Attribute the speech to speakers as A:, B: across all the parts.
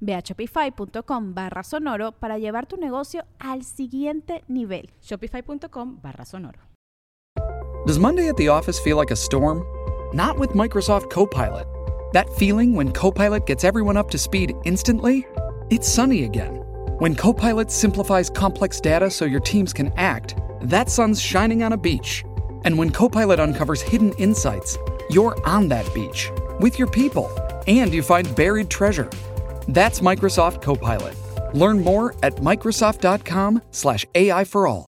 A: Ve a shopify.com barra sonoro para llevar tu negocio al siguiente nivel.
B: Shopify.com barra sonoro.
C: Does Monday at the office feel like a storm? Not with Microsoft Copilot. That feeling when Copilot gets everyone up to speed instantly? It's sunny again. When Copilot simplifies complex data so your teams can act, that sun's shining on a beach. And when Copilot uncovers hidden insights, you're on that beach with your people and you find buried treasure. That's Microsoft Copilot. Learn more at Microsoft.com/slash AI for all.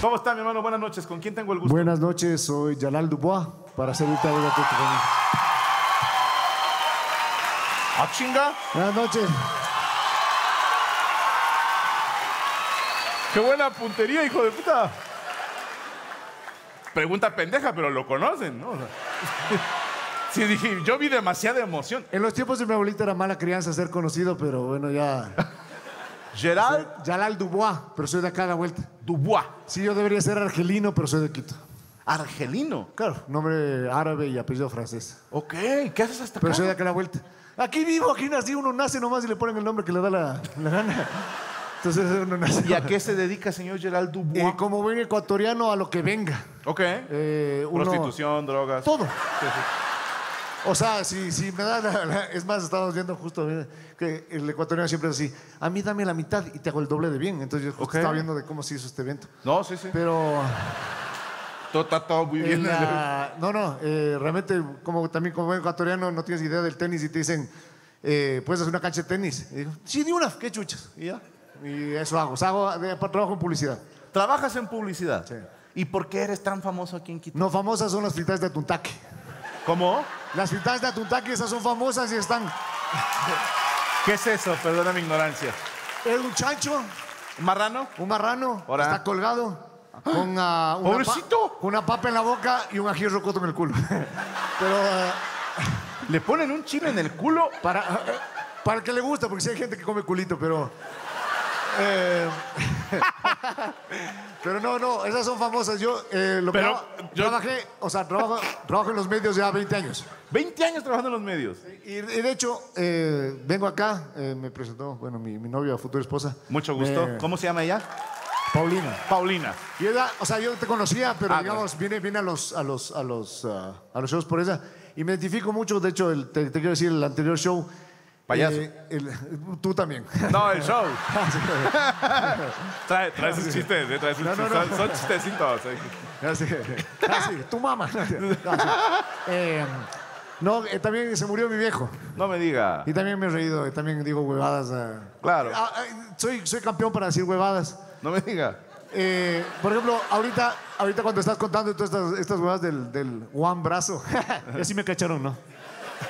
D: ¿Cómo está, mi hermano? Buenas noches. ¿Con quién tengo el gusto?
E: Buenas noches, soy Yalal Dubois para hacer un tablero de Coca-Cola.
D: ¡Ah, chinga!
E: Buenas noches.
D: ¡Qué buena puntería, hijo de puta! Pregunta pendeja, pero lo conocen, ¿no? O sea, sí, dije, yo vi demasiada emoción.
E: En los tiempos de mi abuelita era mala crianza ser conocido, pero bueno, ya.
D: Gerald
E: Yalal Dubois, pero soy de acá a la vuelta.
D: Dubois,
E: Sí, yo debería ser argelino, pero soy de Quito.
D: argelino.
E: Claro, nombre árabe y apellido francés.
D: Ok, ¿qué haces hasta
E: Pero
D: acá?
E: soy de acá a la vuelta. Aquí vivo, aquí nací, uno nace nomás y le ponen el nombre que le da la, la gana. Entonces uno nace.
D: ¿Y a qué se dedica, señor Gerald Dubois?
E: Eh, como buen ecuatoriano, a lo que venga.
D: ok.
E: Eh, uno-
D: Prostitución, drogas.
E: Todo. O sea, si, si me da la, la- Es más, estábamos viendo justo mira, que el ecuatoriano siempre es así. A mí dame la mitad y te hago el doble de bien. Entonces yo justo
D: Ok.
E: estaba viendo de cómo se hizo este evento.
D: No, sí, sí.
E: Pero...
D: Todo está todo muy
E: en
D: bien.
E: la- no, no, eh, realmente como también como buen ecuatoriano no tienes idea del tenis y te dicen, eh, ¿puedes hacer una cancha de tenis? Y digo, sí, ni una, qué chuchas. Y ya. Y eso hago. O sea, hago de- trabajo en publicidad.
D: Trabajas en publicidad.
E: Sí.
D: ¿Y por qué eres tan famoso aquí en Quito?
E: No famosas son las fritas de Atuntaque.
D: ¿Cómo?
E: Las fritas de Atuntaque, esas son famosas y están...
D: ¿Qué es eso? Perdona mi ignorancia.
E: Es un chancho
D: ¿Marrano?
E: Un marrano
D: Ahora.
E: está colgado con ah,
D: Oh,
E: una,
D: Pobrecito.
E: pa- con una papa en la boca y un ají rocoto en el culo. Pero ah,
D: ¿Le ponen un chile en el culo?
E: para, eh, para el que le gusta, porque sí hay gente que come culito, pero... eh, pero no, no, esas son famosas. Yo eh, lo que
D: Pero,
E: hago-
D: yo-
E: trabajé, o sea, trabajo, trabajo en los medios ya 20 años.
D: 20 años trabajando en los medios.
E: Y, y de hecho, eh, vengo acá, eh, me presentó, bueno, mi, mi novia, futura esposa.
D: Mucho gusto.
E: Eh,
D: ¿Cómo se llama ella?
E: Paulina.
D: Paulina.
E: Y ella, o sea, yo te conocía, pero
D: Ah,
E: digamos, vine, vine a los, a los, a los, ah, a los shows por esa. Y me identifico mucho, de hecho, el- te, te quiero decir, el anterior show.
D: Payaso.
E: eh, el- tú también. Ah,
D: No, el show. Trae, trae sus chistes, eh, trae sus
E: No, no,
D: chistes. Son,
E: no.
D: son chistecitos. eh.
E: Así, así, Ah, tu mamá. No, así. Eh, no, eh, también se murió mi viejo.
D: No me diga.
E: Y también me he reído, eh, también digo huevadas. ah.
D: Claro.
E: Ah, ah, soy, soy campeón para decir huevadas.
D: No me diga.
E: Eh, por ejemplo, ahorita, ahorita cuando estás contando todas estas, estas huevas del, del Juan Brazo, así me cacharon, ¿no?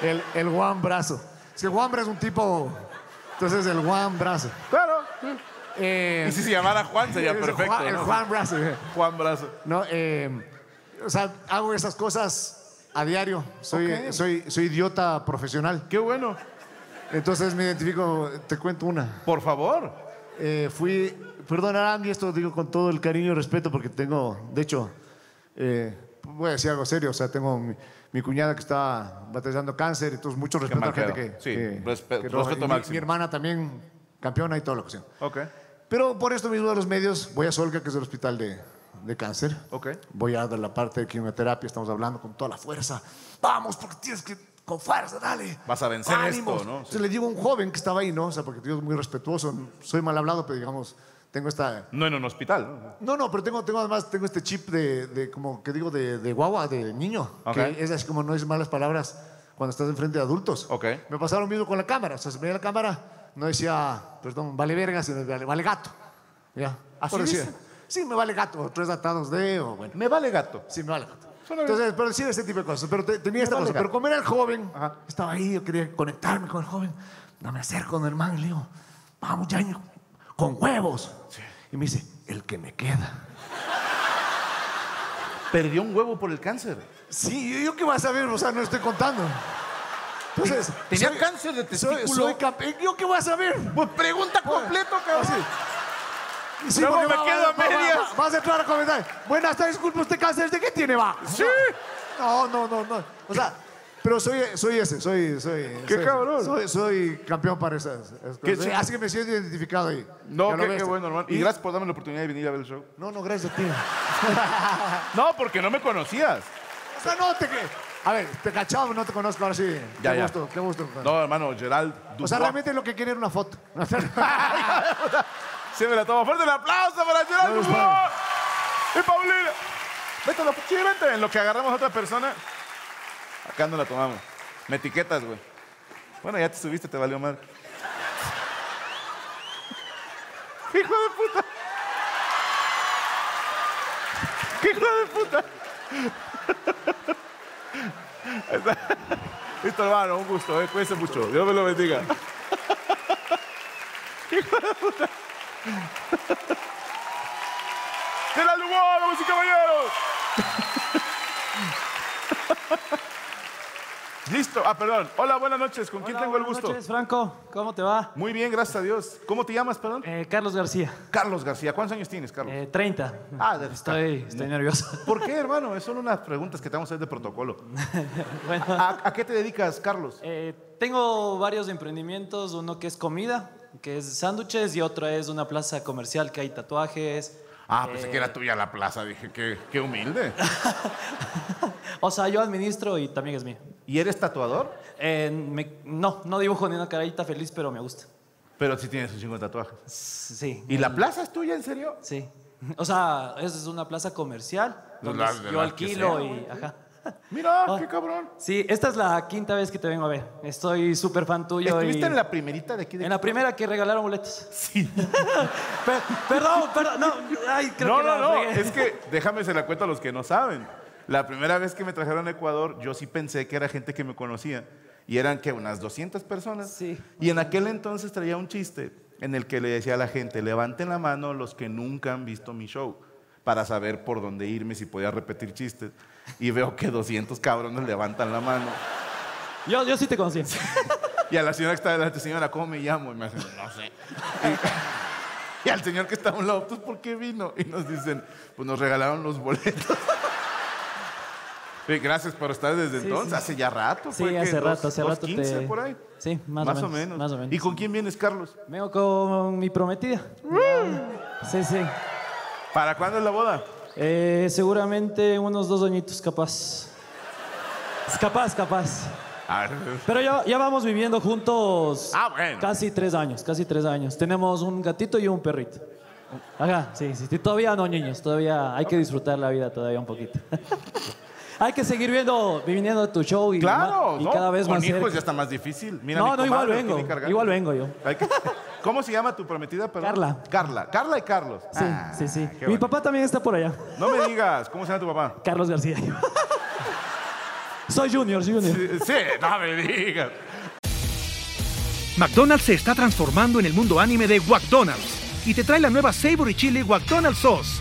E: El, el Juan Brazo. Es que Juan Brazo es un tipo. Entonces, el Juan Brazo.
D: Claro.
E: Eh,
D: Y si se llamara Juan sería
E: es el
D: perfecto.
E: Juan- El
D: ¿no?
E: Juan Brazo.
D: Juan Brazo.
E: No, eh, o sea, hago esas cosas a diario. Soy,
D: Ok.
E: soy, soy idiota profesional.
D: Qué bueno.
E: Entonces, me identifico. Te cuento una.
D: Por favor.
E: Eh, fui, perdón Arandy, esto digo con todo el cariño y respeto porque tengo, de hecho, eh, voy a decir algo serio, o sea, tengo mi, mi cuñada que está batallando cáncer, entonces mucho respeto a la gente
D: marquero.
E: que...
D: Sí,
E: que-
D: respe-
E: que trabaja.
D: respeto
E: Y mi-
D: máximo.
E: Mi, hermana también, campeona y toda la cuestión.
D: Ok.
E: Pero por esto mismo de los medios, voy a Solga, que es el hospital de, de cáncer.
D: Ok.
E: Voy a dar la parte de quimioterapia, estamos hablando con toda la fuerza. Vamos, porque tienes que con fuerza, dale.
D: Vas a vencer
E: Ánimos.
D: esto, ¿no?
E: Entonces le digo a un joven que estaba ahí, ¿no? O sea, porque yo soy muy respetuoso, soy mal hablado, pero digamos, tengo esta...
D: No en un hospital.
E: No, no, pero tengo, tengo además, tengo este chip de, de como que digo, de, de guagua, de niño.
D: Ok.
E: Que es así como no es malas palabras cuando estás enfrente de adultos.
D: Ok.
E: Me pasaron lo mismo con la cámara. O sea, se me veía la cámara, no decía, perdón, vale verga, sino vale, vale gato. ¿Ya? Así
D: ¿Así
E: decía.
D: dice?
E: Sí, me vale gato, o tres atados de, o bueno.
D: Me vale gato.
E: Sí, me vale gato.
D: Suena bien.
E: Entonces, pero sí, ese tipo de cosas. Pero te- tenía
D: Me
E: esta
D: vale
E: cosa.
D: gato.
E: Pero como era el joven,
D: Ajá.
E: estaba ahí, yo quería conectarme con el joven. No me acerco con el man y le digo, vamos, Yaño, con huevos. Y me dice, el que me queda.
D: Perdió un huevo por el cáncer.
E: Sí, ¿yo- ¿yo qué voy a saber? O sea, no estoy contando. Entonces,
D: Tenía
E: soy-
D: cáncer de
E: soy,
D: testículo.
E: soy campe- ¿Yo qué voy a saber?
D: Pues pregunta completo, cabrón.
E: Y sí,
D: Luego
E: porque
D: me
E: va-
D: quedo
E: va-
D: a
E: va-
D: medias.
E: va- Vas a entrar a comentar. Buenas tardes, disculpe, ¿usted cáncer de qué tiene, va?
D: Sí.
E: No, no, no, no. O sea, pero soy, soy ese, soy, soy.
D: ¡Qué
E: soy-
D: cabrón!
E: Soy, soy campeón para esas. esas
D: ¡Qué
E: cosas.
D: chido!
E: Así que me siento identificado ahí. Ya
D: No,
E: lo este.
D: qué,
E: ves.
D: qué bueno, hermano. Y gracias por darme la oportunidad de venir a ver el show.
E: No, no, gracias a ti.
D: No, porque no me conocías.
E: O sea, no te. A ver, te cachaba, no te conozco, ahora sí.
D: Ya,
E: qué
D: ya.
E: gusto, qué gusto.
D: No, hermano, Gerald
E: o sea,
D: Dubois.
E: realmente lo que quiere era una foto.
D: Se me la toma fuerte el aplauso para Gerald
E: No, no,
D: Dubois. Y Paulina. Vete, lo, sí, vete. En lo que agarramos a otra persona, acá no la tomamos. Me etiquetas, güey. Bueno, ya te subiste, te valió madre. ¡Qué hijo de puta! ¡Qué hijo de puta! Ahí está. Listo, hermano, un gusto, eh. cuídense mucho. Dios me lo bendiga. ¡Gerald Dubois, damas y caballeros! Listo. Ah, perdón. Hola, buenas noches. ¿Con quién
F: Hola,
D: tengo el
F: buenas
D: gusto?
F: noches, Franco. ¿Cómo te va?
D: Muy bien, gracias a Dios. ¿Cómo te llamas, perdón?
F: Eh, Carlos García,
D: Carlos García. ¿Cuántos años tienes, Carlos?
F: eh, 30.
D: Ah, de-
F: estoy, estoy nervioso.
D: ¿Por qué, hermano? Es solo unas preguntas que te vamos a hacer de protocolo.
F: bueno,
D: ¿A, a qué te dedicas, Carlos?
F: eh, tengo varios emprendimientos, uno que es comida, que es sándwiches, y otro es una plaza comercial que hay tatuajes. Eh,
D: Ah, pensé que era tuya la plaza. Dije, qué, qué humilde.
F: O sea, yo administro y también es mío.
D: ¿Y eres tatuador?
F: Eh, me- no, no dibujo ni una carita feliz, pero me gusta.
D: Pero sí tienes un chingo de tatuajes.
F: Sí. Mm.
D: ¿Y la plaza es tuya, en serio?
F: Sí. O sea, es una plaza comercial.
D: De
F: Donde
D: las- de
F: yo
D: las que
F: alquilo
D: sea,
F: y. Ajá.
D: Mira,
F: Ah.
D: qué cabrón.
F: Sí, esta es la quinta vez que te vengo a ver. Estoy súper fan tuyo.
D: ¿Estuviste
F: y-
D: en la primerita de aquí? De
F: En la primera que regalaron boletos.
D: Sí.
F: Per- perdón, perdón, no. Ay, creo
D: No,
F: que
D: no,
F: la
D: no.
F: regué.
D: Es que déjame se la cuento a los que no saben. La primera vez que me trajeron a Ecuador, yo sí pensé que era gente que me conocía. Y eran que unas 200 personas.
F: Sí.
D: Y en aquel entonces traía un chiste en el que le decía a la gente, levanten la mano los que nunca han visto mi show para saber por dónde irme si podía repetir chistes. Y veo que 200 cabrones levantan la mano.
F: Yo, yo sí te conocí.
D: Y a la señora que está delante, señora, ¿cómo me llamo? Y me hacen, no sé. Y, y al señor que está a un lado, pues, ¿por qué vino? Y nos dicen, pues nos regalaron los boletos. Sí, gracias por estar desde
F: Sí,
D: entonces,
F: sí.
D: hace ya rato.
F: Sí,
D: fue que
F: hace
D: dos-
F: rato, hace
D: dos
F: rato
D: 15
F: te-
D: por ahí.
F: Sí, más o menos, más o menos.
D: ¿Y con quién vienes, Carlos?
F: Vengo con mi prometida. Sí, sí.
D: ¿Para cuándo es la boda?
F: Eh, seguramente unos dos añitos, capaz. Es capaz, capaz.
D: Ah,
F: Pero ya, ya vamos viviendo juntos
D: Ah, bueno.
F: casi tres años, casi tres años. Tenemos un gatito y un perrito. Ajá, sí, sí, sí. Todavía no, niños. Todavía hay que disfrutar la vida todavía un poquito. hay que seguir viendo, viniendo a tu show y,
D: Claro,
F: ma- y
D: ¿no?
F: cada vez
D: con
F: más
D: hijos
F: cerca.
D: ya está más difícil. Mira,
F: No,
D: mi
F: no, igual
D: comadre
F: vengo,
D: tiene cargando.
F: igual vengo yo.
D: Hay que- ¿Cómo se llama tu prometida? perdón?
F: Carla.
D: Carla, Carla y Carlos.
F: Sí,
D: Ah,
F: sí, sí.
D: qué
F: Mi
D: bonito.
F: papá también está por allá.
D: No me digas, ¿cómo se llama tu papá?
F: Carlos García. soy junior, soy junior.
D: Sí, no me digas.
G: McDonald's se está transformando en el mundo anime de McDonald's y te trae la nueva Savory Chili McDonald's Sauce.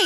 H: Hey,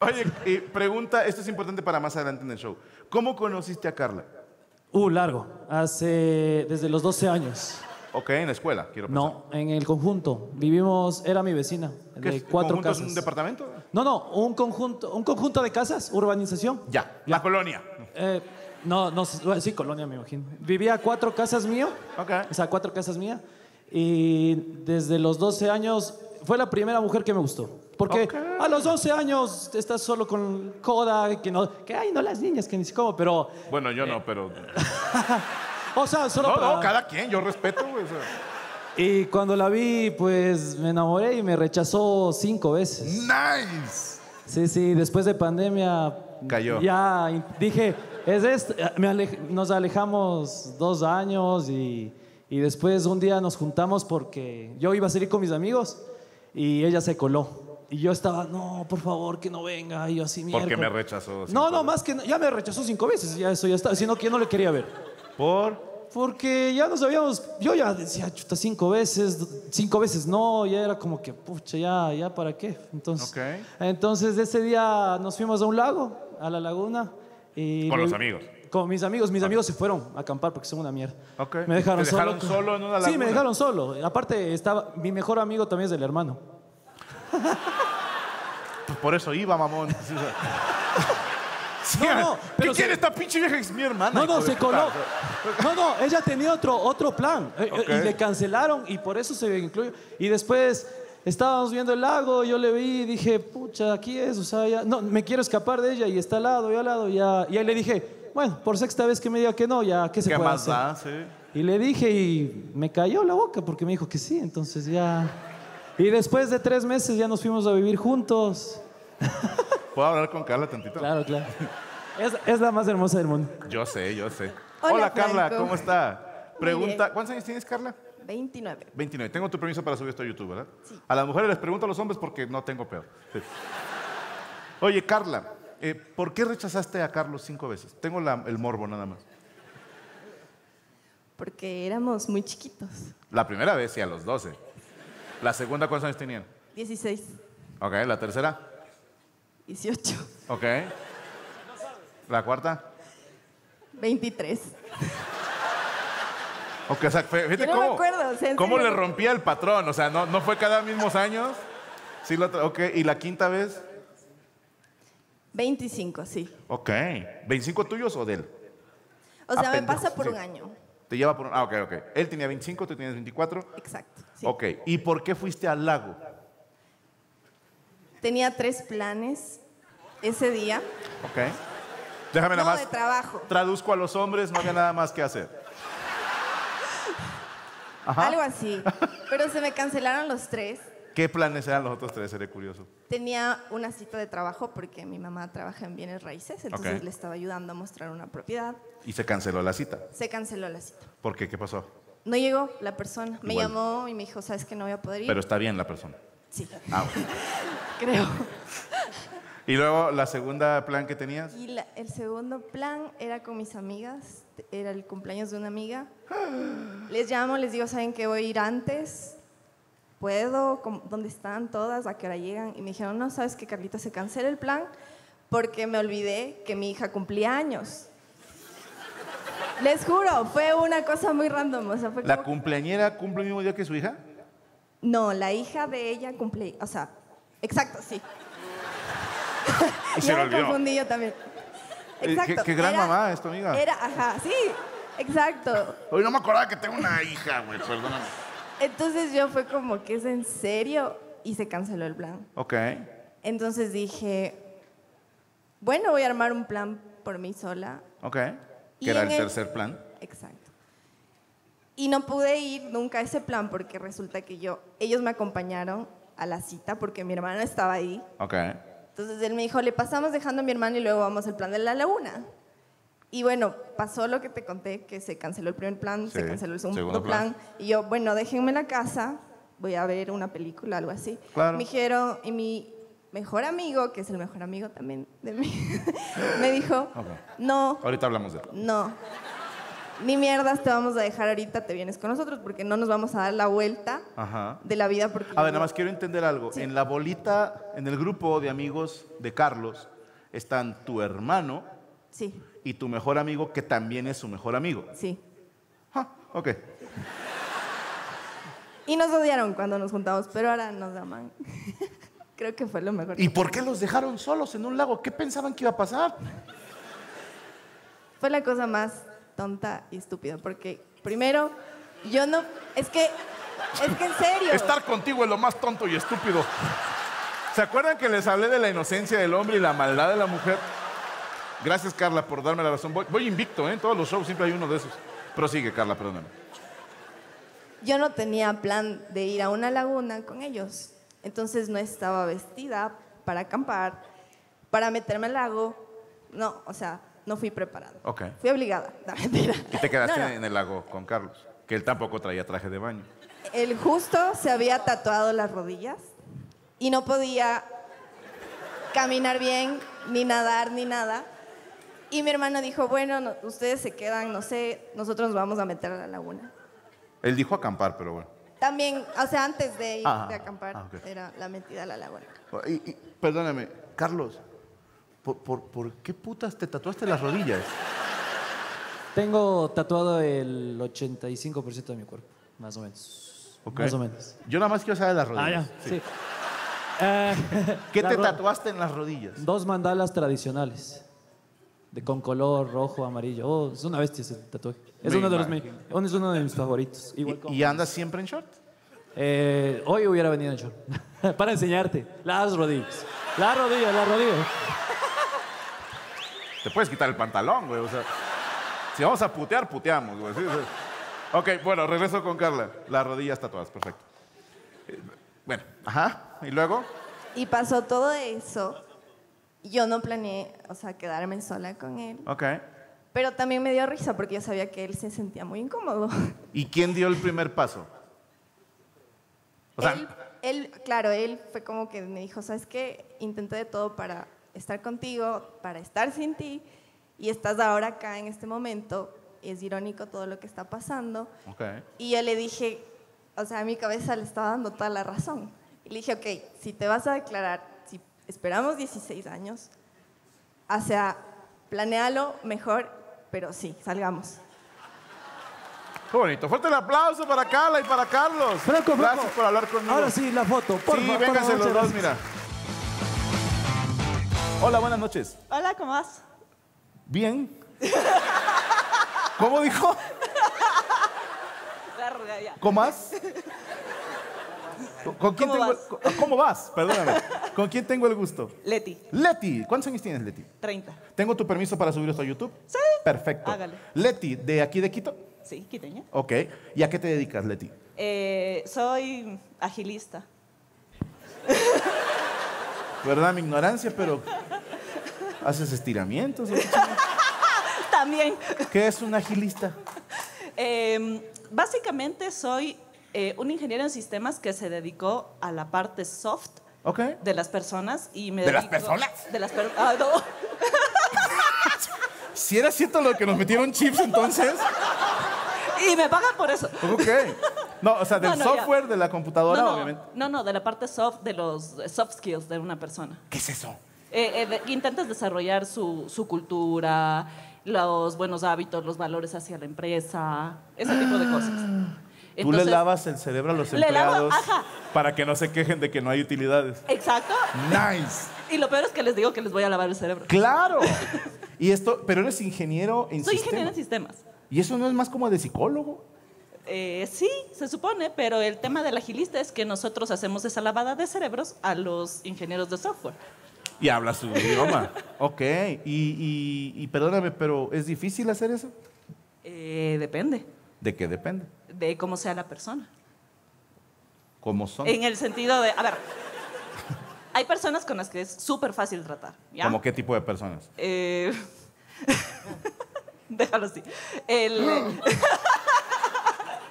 D: Oye, eh, pregunta, esto es importante para más adelante en el show. ¿Cómo conociste a Carla?
F: Uh, largo. Hace. desde los 12 años.
D: Ok, en la escuela, quiero pensar.
F: No, en el conjunto. Vivimos, era mi vecina,
D: ¿Qué
F: de
D: es?
F: cuatro
D: ¿Conjunto es
F: casas.
D: un departamento?
F: No, no, un conjunto, un conjunto de casas, urbanización.
D: Ya, la colonia.
F: Eh, no, no, sí, colonia, me imagino. Vivía a cuatro casas mío.
D: Ok.
F: O sea, cuatro casas mía. Y desde los 12 años fue la primera mujer que me gustó. Porque
D: Ok.
F: a los 11 años estás solo con coda, que no, que ay, no las niñas, que ni sé cómo, pero,
D: Bueno, yo no, pero...
F: o sea, solo
D: No,
F: para-
D: no, cada quien, yo respeto, güey. o sea.
F: Y cuando la vi, pues me enamoré y me rechazó cinco veces.
D: ¡Nice!
F: Sí, sí, después de pandemia.
D: Cayó.
F: Ya in- dije, es esto. me ale- nos alejamos dos años y, y después un día nos juntamos porque yo iba a salir con mis amigos y ella se coló. Y yo estaba, no, por favor, que no venga. Y yo así, mierda.
D: Porque me rechazó.
F: No, no, más que. no- Ya me rechazó cinco veces, ya eso ya está. Sino que yo no le quería ver.
D: Por...
F: Porque ya nos habíamos, yo ya decía, chuta, cinco veces, do- cinco veces no, ya era como que, pucha, ya, ya, ¿para qué? Entonces,
D: Ok.
F: entonces ese día nos fuimos a un lago, a la laguna. Y
D: Con
F: me-
D: los amigos.
F: Con mis amigos, mis amigos se fueron a acampar porque son una mierda.
D: Ok.
F: Me dejaron
D: ¿Te
F: solo.
D: dejaron solo en una
F: Sí,
D: laguna?
F: me dejaron solo. Aparte, estaba, mi mejor amigo también es el hermano.
D: Pues por eso iba, mamón. Sí, o sea.
F: No, no,
D: ¿Qué
F: pero se-
D: quiere esta pinche vieja? Es mi hermana.
F: No,
D: hijo
F: no,
D: de
F: se
D: puta.
F: coló. No, no, ella tenía otro, otro plan. eh, eh,
D: Ok.
F: Y le cancelaron y por eso se incluyó. Y después estábamos viendo el lago, yo le vi y dije, pucha, aquí es, o sea, ya- no, me quiero escapar de ella y está al lado y al lado. Ya, y ahí le dije, bueno, por sexta vez que me diga que no, ya, ¿qué se
D: ¿Qué
F: puede
D: más
F: hacer?
D: da? Sí.
F: Y le dije y me cayó la boca porque me dijo que sí, entonces ya... Y después de tres meses ya nos fuimos a vivir juntos.
D: ¿Puedo hablar con Carla tantito?
F: Claro, claro. Es, es la más hermosa del mundo.
D: Yo sé, yo sé. Hola,
I: Hola,
D: Carla,
I: Franco.
D: ¿cómo está? Pregunta, ¿cuántos años tienes, Carla?
I: 29.
D: 29. Tengo tu permiso para subir esto a YouTube, ¿verdad? A las mujeres les pregunto a los hombres porque no tengo peor. Oye, Carla, eh, ¿por qué rechazaste a Carlos cinco veces? Tengo la- el morbo nada más.
I: Porque éramos muy chiquitos.
D: La primera vez, sí, a los 12. La segunda, ¿cuántos años tenían?
I: 16,
D: Ok, la tercera.
I: 18,
D: Ok. La cuarta.
I: 23.
D: Ok, o sea, fue- fíjate
I: Yo no me
D: cómo,
I: acuerdo, o sea, en
D: cómo le
I: serio.
D: rompía el patrón. O sea, no, no fue cada mismos años. Sí, la otra- ok, y la quinta vez.
I: 25, sí.
D: Ok. ¿25 tuyos o de él?
I: O
D: Ah,
I: sea, me
D: pendejo,
I: pasa por
D: sí.
I: un año.
D: Te lleva por un. Ah, ok, ok. Él tenía 25, tú tienes 24.
I: Exacto. sí.
D: Ok. ¿Y por qué fuiste al lago?
I: Tenía tres planes ese día.
D: Ok. Déjame
I: No,
D: nada
I: de
D: más.
I: trabajo.
D: Traduzco a los hombres, no había nada más que hacer. Ajá.
I: Algo así. Pero se me cancelaron los tres.
D: ¿Qué planes eran los otros tres? Seré curioso.
I: Tenía una cita de trabajo porque mi mamá trabaja en bienes raíces, entonces
D: Ok.
I: le estaba ayudando a mostrar una propiedad.
D: Y se canceló la cita.
I: Se canceló la cita.
D: ¿Por qué? ¿Qué pasó?
I: No llegó la persona. Me
D: Igual.
I: llamó y me dijo, ¿sabes que no voy a poder ir?
D: Pero está bien la persona.
I: sí,
D: Ah, bueno.
I: creo.
D: Y luego, la segunda plan que tenías.
I: Y la- el segundo plan era con mis amigas. Era el cumpleaños de una amiga. Les llamo, les digo, ¿saben que voy a ir antes? ¿Puedo? ¿Cómo- ¿Dónde están todas? ¿A qué hora llegan? Y me dijeron, no, ¿sabes que Carlita se cancela el plan? Porque me olvidé que mi hija cumplía años. Les juro, fue una cosa muy random. O sea, fue
D: ¿La
I: como-
D: cumpleañera cumple el mismo día que su hija?
I: No, la hija de ella cumple, o sea, exacto, sí.
D: Y
I: ya
D: se le
I: me
D: olvidó.
I: confundí yo también.
D: Eh,
I: Exacto.
D: qué- qué gran
I: era-
D: mamá es tu amiga.
I: Era, ajá, sí, exacto.
D: Hoy no me acordaba que tengo una hija, güey, perdóname.
I: Entonces yo fue como que es en serio y se canceló el plan.
D: Ok.
I: Entonces dije, bueno, voy a armar un plan por mí sola.
D: Ok.
I: Y
D: Que era
I: en
D: el
I: el-
D: tercer plan.
I: Exacto. Y no pude ir nunca a ese plan porque resulta que yo, ellos me acompañaron a la cita porque mi hermano estaba ahí.
D: Ok.
I: Entonces él me dijo, le pasamos dejando a mi hermano y luego vamos al plan de la laguna. Y bueno, pasó lo que te conté, que se canceló el primer plan, se
D: Sí,
I: canceló el segundo,
D: segundo plan.
I: plan. Y yo, bueno, déjenme en la casa, voy a ver una película, algo así.
D: Claro.
I: Me dijeron, y mi mejor amigo, que es el mejor amigo también de mí, me dijo,
D: Ok.
I: no,
D: Ahorita hablamos de él.
I: no, ni mierdas te vamos a dejar ahorita, te vienes con nosotros porque no nos vamos a dar la vuelta
D: Ajá.
I: de la vida. Porque
D: A ver, nada más quiero entender algo. En la bolita, en el grupo de amigos de Carlos, están tu hermano
I: Sí,
D: y tu mejor amigo, que también es su mejor amigo.
I: sí.
D: Ah, ok.
I: Y nos odiaron cuando nos juntamos, pero ahora nos aman. Creo que fue lo mejor.
D: ¿Y por qué los dejaron solos en un lago? ¿Qué pensaban que iba a pasar?
I: Fue la cosa más tonta y estúpida, porque primero, yo no... Es que... Es que en serio.
D: Estar contigo es lo más tonto y estúpido. ¿Se acuerdan que les hablé de la inocencia del hombre y la maldad de la mujer? Gracias, Carla, por darme la razón. Voy, voy invicto, ¿eh? En todos los shows siempre hay uno de esos. Prosigue, Carla, perdóname.
I: Yo no tenía plan de ir a una laguna con ellos. Entonces no estaba vestida para acampar, para meterme al lago. No, o sea, no fui preparada.
D: Ok.
I: Fui obligada. No, mentira.
D: Y te quedaste
I: No, no.
D: en el lago con Carlos, que él tampoco traía traje de baño.
I: El justo se había tatuado las rodillas y no podía caminar bien, ni nadar, ni nada. Y mi hermano dijo, bueno, no- ustedes se quedan, no sé, nosotros nos vamos a meter a la laguna.
D: Él dijo acampar, pero bueno.
I: También, o sea, antes de ir
D: Ah,
I: de acampar,
D: ah, ok.
I: era la metida a la laguna.
D: Y- y- perdóname, Carlos, ¿por, por, por qué putas te tatuaste las rodillas?
F: Tengo tatuado el 85% de mi cuerpo, más o menos.
D: Ok.
F: Más o menos.
D: Yo nada más quiero saber las
F: Ah, ya,
D: rodillas.
F: sí. Eh,
D: ¿Qué
F: la
D: te
F: ro-
D: tatuaste en las rodillas?
F: Dos mandalas tradicionales. De, con color rojo, amarillo. Oh, es una bestia ese tatuaje. Es
D: Me
F: uno, de los, mi-
D: imagino.
F: es uno de mis favoritos. Igual como-
D: ¿Y, y andas siempre en short?
F: Eh, hoy hubiera venido yo para enseñarte las rodillas. Las rodillas, las rodillas.
D: Te puedes quitar el pantalón, güey. O sea, si vamos a putear, puteamos, güey. sí, sí. Ok, bueno, regreso con Carla. Las rodillas tatuadas, perfecto. Eh, Bueno, ajá. ¿Y luego?
I: Y pasó todo eso. Yo no planeé, o sea, quedarme sola con él.
D: Ok.
I: Pero también me dio risa porque yo sabía que él se sentía muy incómodo.
D: ¿Y quién dio el primer paso? O sea,
I: él, él, claro, él fue como que me dijo, ¿sabes qué? Intenté de todo para estar contigo, para estar sin ti, y estás ahora acá en este momento. Es irónico todo lo que está pasando.
D: ok.
I: Y yo le dije, o sea, a mi cabeza le estaba dando toda la razón. Y le dije, ok, si te vas a declarar, si esperamos 16 años, o sea, planealo mejor, pero sí, salgamos.
D: Qué bonito. Fuerte el aplauso para Carla y para Carlos.
F: Franco, Franco.
D: Gracias por hablar conmigo.
F: Ahora sí, la foto, por
D: sí,
F: favor.
D: vénganse los
F: muchas
D: dos, mira.
F: gracias.
D: Hola, buenas noches.
J: Hola, ¿cómo vas?
D: Bien. ¿Cómo dijo?
J: Verga, ya.
D: ¿Cómo vas? ¿Con, con quién
J: ¿Cómo
D: tengo el-
J: vas?
D: con- ¿Cómo vas? Perdóname. ¿Con quién tengo el gusto?
J: Leti,
D: Leti. ¿Cuántos años tienes, Leti?
J: 30.
D: ¿Tengo tu permiso para subir esto a YouTube? Sí. Perfecto.
J: Hágale.
D: Leti, ¿de aquí de Quito?
J: Sí, quiteña.
D: Ok. ¿Y a qué te dedicas, Leti?
J: Eh, soy agilista.
D: ¿Verdad mi ignorancia? Pero... ¿Haces estiramientos? o qué chingados?
J: También.
D: ¿Qué es un agilista?
J: Eh, básicamente soy eh, un ingeniero en sistemas que se dedicó a la parte soft
D: Ok.
J: de las personas y me
D: ¿De las
J: dedico-
D: personas?
J: De las personas. Ah, no.
D: Si era cierto lo que nos metieron chips entonces.
J: Y me pagan por eso.
D: Ok. No, o sea, del
J: No, no, ya.
D: software, de la computadora,
J: no, no,
D: obviamente.
J: no, no, de la parte soft, de los eh, soft skills de una persona.
D: ¿Qué es eso?
J: Eh, eh, de- intentas desarrollar su, su cultura, los buenos hábitos, los valores hacia la empresa, ese tipo de cosas.
D: Tú le
J: Entonces-
D: lavas el cerebro a los
J: Le lavo,
D: empleados
J: ajá.
D: para que no se quejen de que no hay utilidades.
J: Exacto.
D: Nice.
J: Y lo peor es que les digo que les voy a lavar el cerebro.
D: Claro. Y esto, pero eres ingeniero en
J: Soy ingeniero
D: sistemas.
J: en sistemas.
D: Y eso no es más como de psicólogo.
J: Eh, sí, se supone, pero el tema del agilista es que nosotros hacemos esa lavada de cerebros a los ingenieros de software.
D: Y habla su idioma. Ok. Y, y- y perdóname, pero ¿es difícil hacer eso?
J: Eh, depende
D: ¿De qué depende?
J: de cómo sea la persona.
D: ¿Cómo son?
J: En el sentido de, a ver, hay personas con las que es súper fácil tratar. ¿ya?
D: ¿Cómo qué tipo de personas?
J: Eh, déjalo así. El-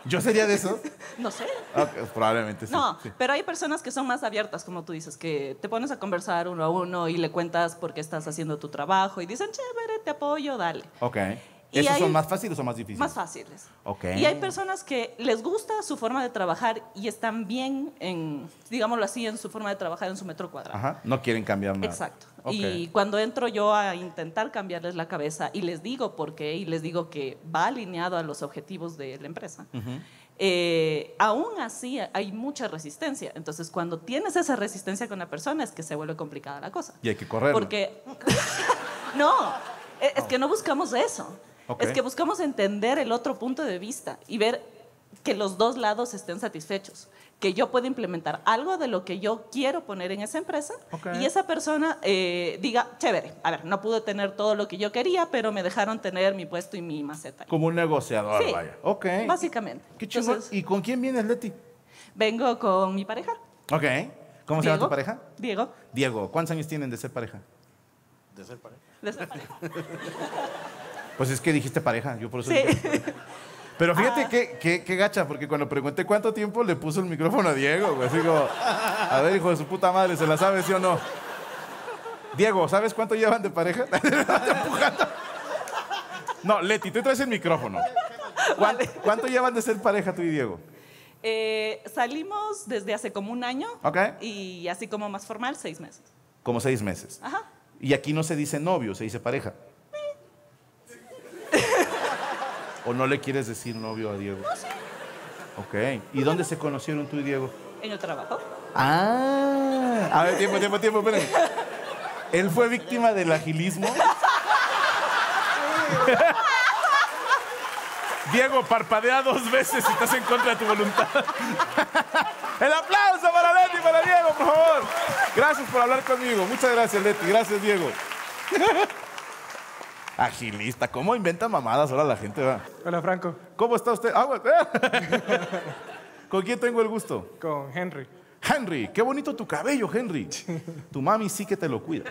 D: Yo sería de esos.
J: no sé.
D: Ok, probablemente sí.
J: No,
D: sí.
J: pero hay personas que son más abiertas, como tú dices, que te pones a conversar uno a uno y le cuentas por qué estás haciendo tu trabajo y dicen, chévere, te apoyo, dale.
D: Ok.
J: Y
D: ¿Esos
J: hay-
D: son más fáciles o más difíciles?
J: Más fáciles.
D: Ok.
J: Y hay personas que les gusta su forma de trabajar y están bien en, digámoslo así, en su forma de trabajar en su metro cuadrado.
D: Ajá. No quieren cambiar nada.
J: Exacto.
D: Ok.
J: Y cuando entro yo a intentar cambiarles la cabeza y les digo por qué y les digo que va alineado a los objetivos de la empresa,
K: Ujú.
J: eh, aún así hay mucha resistencia. Entonces, cuando tienes esa resistencia con la persona es que se vuelve complicada la cosa.
D: Y hay que correr.
J: Porque, no, es es que no buscamos eso.
D: Ok.
J: Es que buscamos entender el otro punto de vista y ver que los dos lados estén satisfechos, que yo pueda implementar algo de lo que yo quiero poner en esa empresa y esa persona eh, diga, chévere, a ver, no pude tener todo lo que yo quería, pero me dejaron tener mi puesto y mi maceta.
D: Como un negociador,
J: Sí.
D: Ah, vaya. Ok.
J: Básicamente.
D: Qué chingón. ¿Y con quién vienes, Leti?
J: Vengo con mi pareja,
D: Ok. ¿Cómo se llama
J: Diego.
D: tu pareja?
J: Diego.
D: Diego. ¿Cuántos años tienen de ser pareja?
L: De ser pareja.
J: de esa pareja.
D: Pues es que dijiste pareja, yo por eso.
J: Sí.
D: dije. Pero fíjate
J: Ah.
D: qué, qué- qué gacha, porque cuando pregunté cuánto tiempo le puso el micrófono a Diego, güey. Así como, a ver, hijo de su puta madre, ¿se la sabe, sí o no? Diego, ¿sabes cuánto llevan de pareja? Te empujando. no, Leti, tú traes el micrófono. ¿Cuán- ¿Cuánto llevan de ser pareja tú y Diego?
J: Eh, salimos desde hace como un año
D: Ok.
J: y así como más formal, seis meses.
D: Como seis meses.
J: Ajá.
D: Y aquí no se dice novio, se dice pareja. ¿O no le quieres decir novio a Diego? Ok. ¿Y dónde se conocieron tú y Diego?
J: En el trabajo.
D: Ah. A ver, tiempo, tiempo, tiempo, espérenme. Él fue víctima del agilismo. Diego, parpadea dos veces si estás en contra de tu voluntad. El aplauso para Leti, y para Diego, por favor. Gracias por hablar conmigo. Muchas gracias, Leti. Gracias, Diego. Agilista, ¿cómo inventa mamadas ahora la gente? Va?
M: Hola, Franco.
D: ¿Cómo está usted? Ah, bueno, eh. ¿Con quién tengo el gusto?
M: Con Henry.
D: Henry, qué bonito tu cabello, Henry. Tu mami sí que te lo cuida.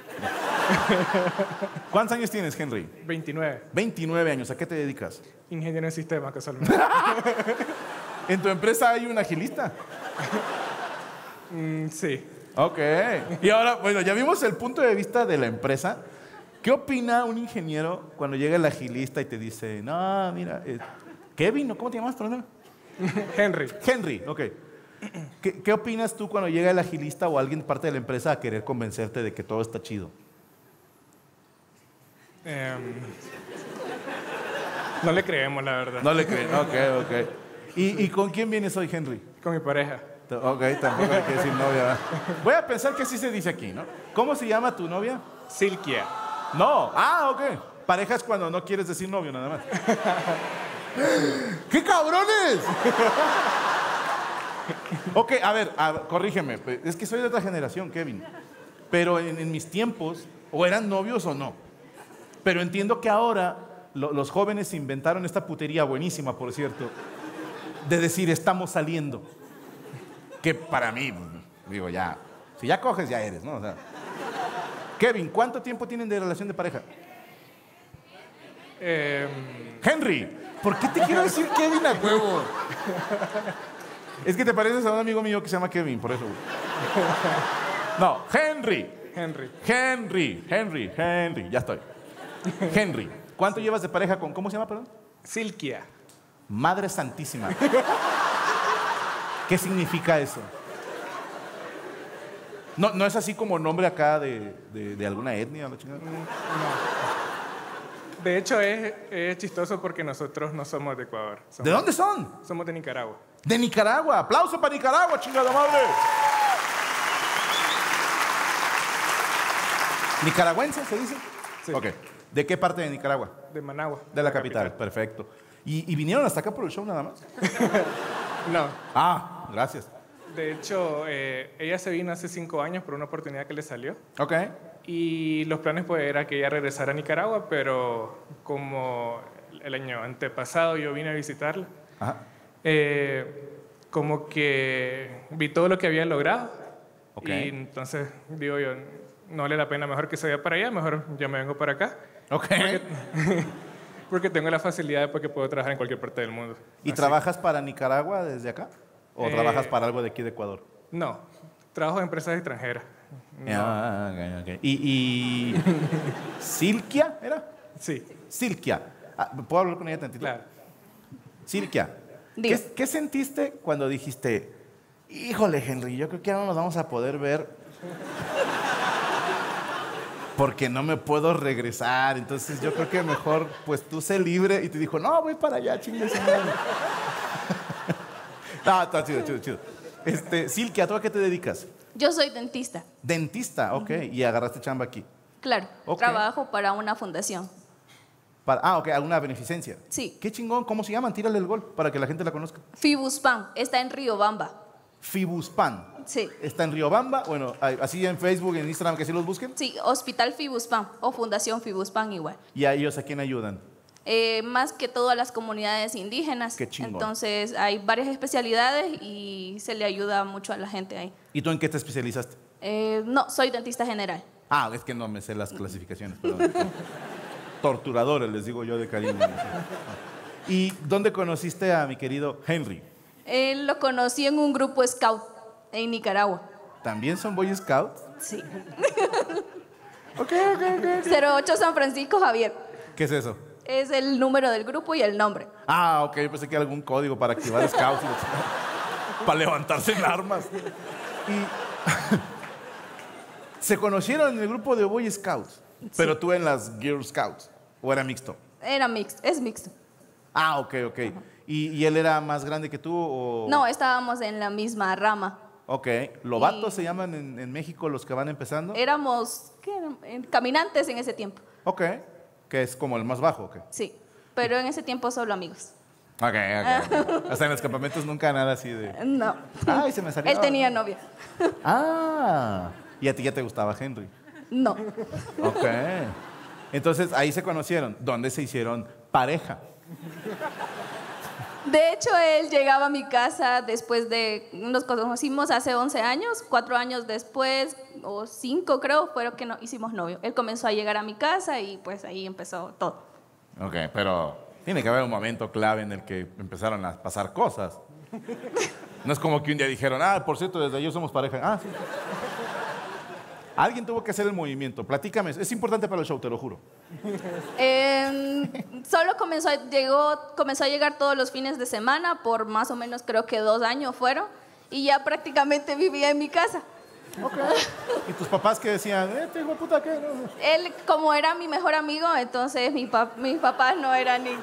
D: ¿Cuántos años tienes, Henry?
M: 29.
D: 29 años. ¿A qué te dedicas?
M: Ingeniero en sistemas, casualmente.
D: ¿En tu empresa hay un agilista?
M: Mm, sí.
D: Ok. Y ahora, bueno, ya vimos el punto de vista de la empresa. ¿Qué opina un ingeniero cuando llega el agilista y te dice, no, mira, eh, Kevin, ¿o ¿cómo te llamas? Perdón.
M: Henry.
D: Henry, ok. ¿Qué, qué opinas tú cuando llega el agilista o alguien parte de la empresa a querer convencerte de que todo está chido?
M: Em, no le creemos, la verdad.
D: No le creen, ok, ok. ¿Y, y con quién vienes hoy, Henry?
M: Con mi pareja.
D: T- Ok, tampoco hay que decir novia. ¿verdad? Voy a pensar que sí se dice aquí, ¿no? ¿Cómo se llama tu novia?
M: Silkia.
D: No, ah, ok. Parejas cuando no quieres decir novio, nada más. ¡Qué cabrones! ok, a ver, a ver, corrígeme. pe- Es que soy de otra generación, Kevin. Pero en, en mis tiempos, o eran novios o no. Pero entiendo que ahora lo- los jóvenes inventaron esta putería buenísima, por cierto, de decir estamos saliendo. Que para mí, digo, ya, si ya coges, ya eres, ¿no? O sea, Kevin, ¿cuánto tiempo tienen de relación de pareja?
M: Em,
D: Henry, ¿por qué te quiero decir Kevin a huevo? Es que te pareces a un amigo mío que se llama Kevin, por eso. güey. No, Henry.
M: Henry.
D: Henry, Henry, Henry, ya estoy. Henry, ¿cuánto llevas de pareja con, ¿cómo se llama, perdón?
M: Silkia.
D: Madre Santísima. ¿Qué significa eso? No, no es así como nombre acá de, de- de alguna etnia, la chingada.
M: De hecho, es, es chistoso porque nosotros no somos de Ecuador.
D: ¿De dónde son?
M: Somos de Nicaragua.
D: De Nicaragua. Aplauso para Nicaragua, chingada madre. ¿Nicaragüense se dice? Sí. Ok. ¿De qué parte de Nicaragua?
M: De Managua.
D: De la capital, perfecto. ¿Y, y vinieron hasta acá por el show nada más?
M: No.
D: Ah, gracias.
M: De hecho, eh, ella se vino hace cinco años por una oportunidad que le salió.
D: Ok.
M: Y los planes pues era que ella regresara a Nicaragua, pero como el año antepasado yo vine a visitarla,
D: Ajá.
M: eh, como que vi todo lo que había logrado.
D: Ok.
M: Y entonces digo yo, no vale la pena mejor que se vaya para allá, mejor yo me vengo para acá.
D: Ok.
M: Porque, porque tengo la facilidad de pues, que puedo trabajar en cualquier parte del mundo.
D: ¿Y
M: Así-
D: trabajas para Nicaragua desde acá? ¿O
M: Eh,
D: trabajas para algo de aquí de Ecuador?
M: No, trabajo en empresas extranjeras. No.
D: Ah, ok, ok. ¿Y, y... Silkia era?
M: Sí.
D: Silkia. Ah, ¿Puedo hablar con ella tantito?
M: Claro.
D: Silkia, ¿qué,
M: Diga.
D: qué sentiste cuando dijiste, híjole, Henry, yo creo que ahora no nos vamos a poder ver porque no me puedo regresar, entonces yo creo que mejor, pues tú sé libre. Y te dijo, no, voy para allá, chingues. no, está chido, chido, chido. Este, Silkia, ¿tú a qué te dedicas?
K: Yo soy dentista,
D: Dentista, ok, y agarraste chamba aquí.
K: claro.
D: Ok.
K: Trabajo para una fundación.
D: Para- ah, ok, alguna beneficencia.
K: Sí.
D: Qué chingón, ¿cómo se llaman? Tírale el gol para que la gente la conozca.
K: Fibuspan, está en Riobamba.
D: Fibuspan.
K: Sí.
D: Está en Riobamba, bueno, hay- así en Facebook, en Instagram, que sí los busquen.
K: Sí, Hospital Fibuspan o Fundación Fibuspan igual.
D: Y a ellos a quién ayudan.
K: Eh, más que todo a las comunidades indígenas.
D: Qué chingón.
K: Entonces hay varias especialidades y se le ayuda mucho a la gente ahí.
D: ¿Y tú en qué te especializaste?
K: Eh, no, soy dentista general.
D: Ah, es que no me sé las clasificaciones, perdón. Torturadores, les digo yo de cariño. no sé. ¿Y dónde conociste a mi querido Henry?
K: Eh, lo conocí en un grupo scout en Nicaragua.
D: ¿También son Boy Scouts?
K: Sí.
D: ok, ok, ok.
K: 08 San Francisco Javier.
D: ¿Qué es eso?
K: Es el número del grupo y el nombre.
D: Ah, ok, yo pensé que era algún código para activar Scouts. y la chingada. para levantarse en armas. Y se conocieron en el grupo de Boy Scouts, pero tú en las Girl Scouts, o era mixto.
K: Era mixto, es mixto.
D: Ah, ok, ok. ¿Y, y él era más grande que tú? O...
K: No, estábamos en la misma rama.
D: Ok. ¿Lobatos se llaman en, en México los que van empezando?
K: Éramos ¿qué eran? Eh, caminantes en ese tiempo,
D: Ok. Que es como el más bajo, ok.
K: sí. Pero en ese tiempo solo amigos.
D: Ok, ok, ok. Hasta en los campamentos nunca nada así de.
K: No.
L: Ah,
D: Ay, se me salió.
K: Él tenía novia.
D: Ah. Y a ti ya te gustaba Henry.
K: No.
D: Ok. Entonces ahí se conocieron. ¿Dónde se hicieron pareja?
K: De hecho, él llegaba a mi casa después de. Nos conocimos hace 11 años, cuatro años después, o cinco creo, fueron que no, hicimos novio. Él comenzó a llegar a mi casa y pues ahí empezó todo.
D: Ok, pero tiene que haber un momento clave en el que empezaron a pasar cosas. No es como que un día dijeron, ah, por cierto, desde ayer somos pareja. Ah, sí. Alguien tuvo que hacer el movimiento. Platícame. Es importante para el show, te lo juro.
K: Em, solo comenzó a, llegó, comenzó a llegar todos los fines de semana, por más o menos creo que dos años fueron, y ya prácticamente vivía en mi casa.
D: Y tus papás que decían, eh, este hijo de puta, ¿qué? No, no.
K: Él, como era mi mejor amigo, entonces mi pap- mis papás no eran ningún,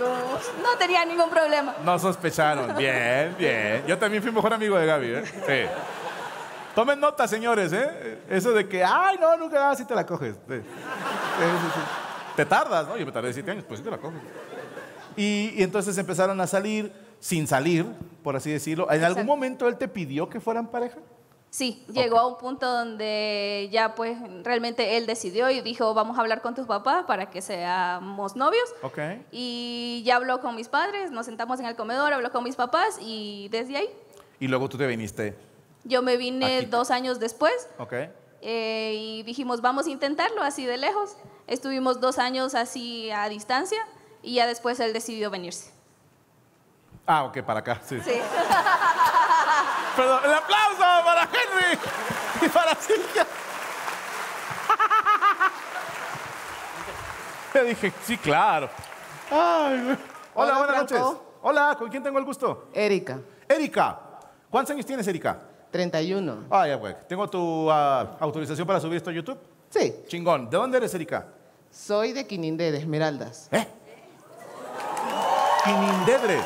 K: no tenían ningún problema.
D: No sospecharon. Bien, bien. Yo también fui mejor amigo de Gaby, ¿eh? Sí. Tomen nota, señores, ¿eh? Eso de que, ay, no, nunca, así te la coges. Sí. Sí, sí, sí. Te tardas, ¿no? Yo me tardé siete años, pues sí te la coges. Y, y entonces empezaron a salir, sin salir, por así decirlo. ¿En algún momento él te pidió que fueran pareja?
K: Sí, llegó a un punto donde ya pues realmente él decidió y dijo, vamos a hablar con tus papás para que seamos novios.
D: Ok.
K: Y ya habló con mis padres, nos sentamos en el comedor, habló con mis papás y desde ahí
D: Y luego tú te viniste.
K: yo me vine dos años después
D: Ok.
K: eh, y dijimos, vamos a intentarlo así de lejos. Estuvimos dos años así a distancia y ya después él decidió venirse.
D: Ah, ok, para acá, sí.
K: Sí.
D: Perdón, el aplauso para Henry y para Silvia. Le dije, sí, claro. Ay, güey. Hola,
L: Hola,
D: buenas
L: Franco.
D: noches. Hola, ¿con quién tengo el gusto?
L: Erika.
D: Erika. ¿Cuántos años tienes, Erika?
L: 31.
D: Ay, güey. ¿Tengo tu ah, autorización para subir esto a YouTube?
L: Sí.
D: Chingón. ¿De dónde eres, Erika?
L: Soy de Quinindé, de Esmeraldas.
D: ¿Eh? Quinindedre.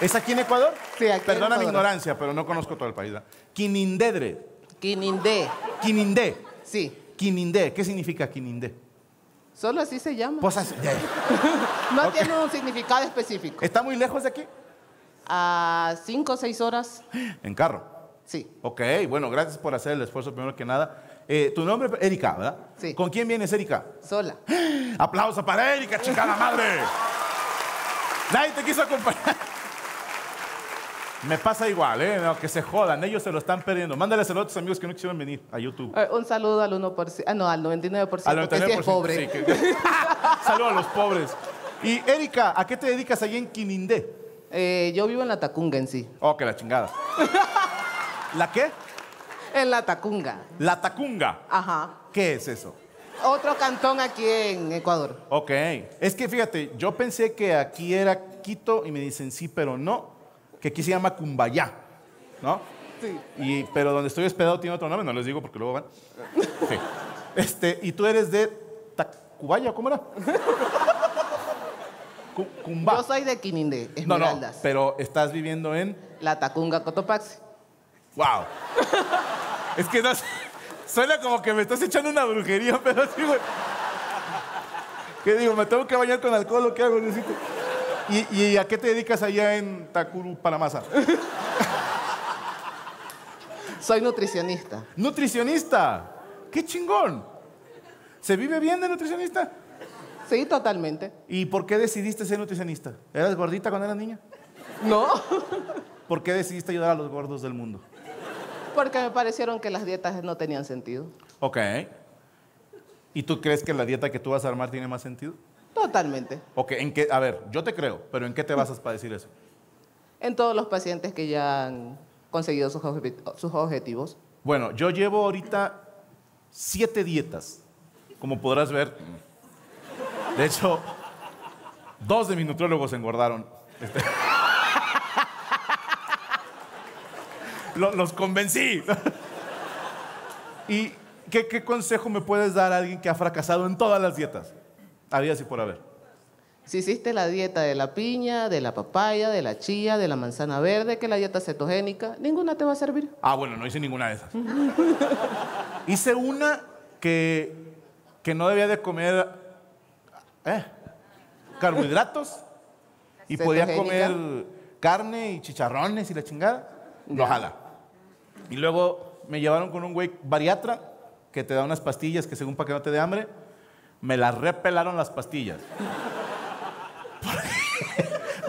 D: ¿Es aquí en Ecuador?
L: Sí, aquí en
D: Perdona mi
L: Ecuador.
D: ignorancia, pero no conozco todo el país. ¿verdad? Quinindedre.
L: Quinindé.
D: Quinindé.
L: Sí.
D: Quinindé. ¿Qué significa Quinindé?
L: Solo así se llama.
D: Pues así-
L: No tiene un significado específico.
D: ¿Está muy lejos de aquí?
L: A cinco o seis horas. Eh,
D: ¿En carro?
L: Sí.
D: Ok, bueno, gracias por hacer el esfuerzo primero que nada. Eh, tu nombre, Erika, ¿verdad? Sí. ¿Con quién vienes, Erika?
L: Sola.
D: Aplauso para Erika, chingada madre. Nadie te quiso acompañar. Me pasa igual, ¿eh? No, que se jodan, ellos se lo están perdiendo. Mándale saludos a tus amigos que no quisieron venir a YouTube.
L: Eh, Un saludo al 1%, ah, no, al 99%,
D: Al
L: que sí es
D: 99%,
L: pobre.
D: sí, que- Saludos a los pobres. Y Erika, ¿a qué te dedicas allí en Quinindé?
L: Eh, yo vivo en la Tacunga en sí.
D: Oh, que la chingada. ¿La qué?
L: En la Tacunga.
D: La Tacunga.
L: Ajá.
D: ¿Qué es eso?
L: Otro cantón aquí en Ecuador.
D: Ok. Es que fíjate, yo pensé que aquí era Quito y me dicen sí, pero no. Que aquí se llama Cumbayá, ¿no?
L: Sí.
D: Y, pero donde estoy hospedado tiene otro nombre, no les digo porque luego van. Sí. Este, y tú eres de Tacubaya, ¿cómo era? Cu- Cumba.
L: Yo soy de Quinindé,
D: No, no,
L: Esmeraldas.
D: pero estás viviendo en...
L: La Tacunga Cotopaxi.
D: ¡Wow! es que no... sé- Suena como que me estás echando una brujería, pero sí, güey. ¿Qué digo? ¿Me tengo que bañar con alcohol o qué hago? Necesito- ¿Y, y a qué te dedicas allá en Takuru, Panamasa?
L: Soy nutricionista.
D: ¡Nutricionista! ¡Qué chingón! ¿Se vive bien de nutricionista?
L: Sí, totalmente.
D: ¿Y por qué decidiste ser nutricionista? ¿Eras gordita cuando eras niña?
L: No,
D: ¿Por qué decidiste ayudar a los gordos del mundo?
L: porque me parecieron que las dietas no tenían sentido.
D: Ok. ¿Y tú crees que la dieta que tú vas a armar tiene más sentido?
L: Totalmente.
D: Ok, ¿en qué? A ver, yo te creo, pero ¿en qué te basas para decir eso?
L: En todos los pacientes que ya han conseguido sus, obje- sus objetivos.
D: Bueno, yo llevo ahorita siete dietas, como podrás ver. De hecho, dos de mis nutriólogos engordaron. Este- Lo- Los convencí. ¿Y qué, qué consejo me puedes dar a alguien que ha fracasado en todas las dietas? Habías y por haber.
L: Si hiciste la dieta de la piña, de la papaya, de la chía, de la manzana verde, que la dieta cetogénica, ninguna te va a servir.
D: Ah, bueno, no hice ninguna de esas. hice una que, que no debía de comer eh, carbohidratos y podía
L: Cetogénica.
D: comer carne y chicharrones y la chingada. Lo jala. Y luego me llevaron con un güey bariatra que te da unas pastillas que según para que no te dé hambre, me las repelaron las pastillas.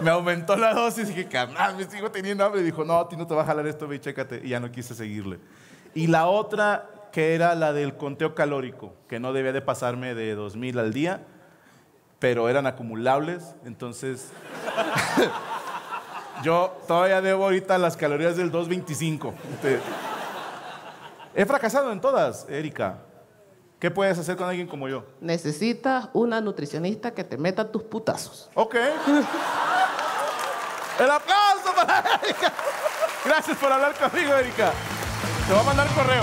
D: me aumentó la dosis y dije, carnal, me sigo teniendo hambre. Y dijo, no, a ti no te va a jalar esto, ve y chécate. Y ya no quise seguirle. Y la otra, que era la del conteo calórico, que no debía de pasarme de 2000 al día, pero eran acumulables. Entonces, yo todavía debo ahorita las calorías del 225. Este, He fracasado en todas, Erika. ¿Qué puedes hacer con alguien como yo?
L: Necesitas una nutricionista que te meta tus putazos.
D: Ok. El aplauso para Erika. Gracias por hablar conmigo, Erika. Te voy a mandar correo.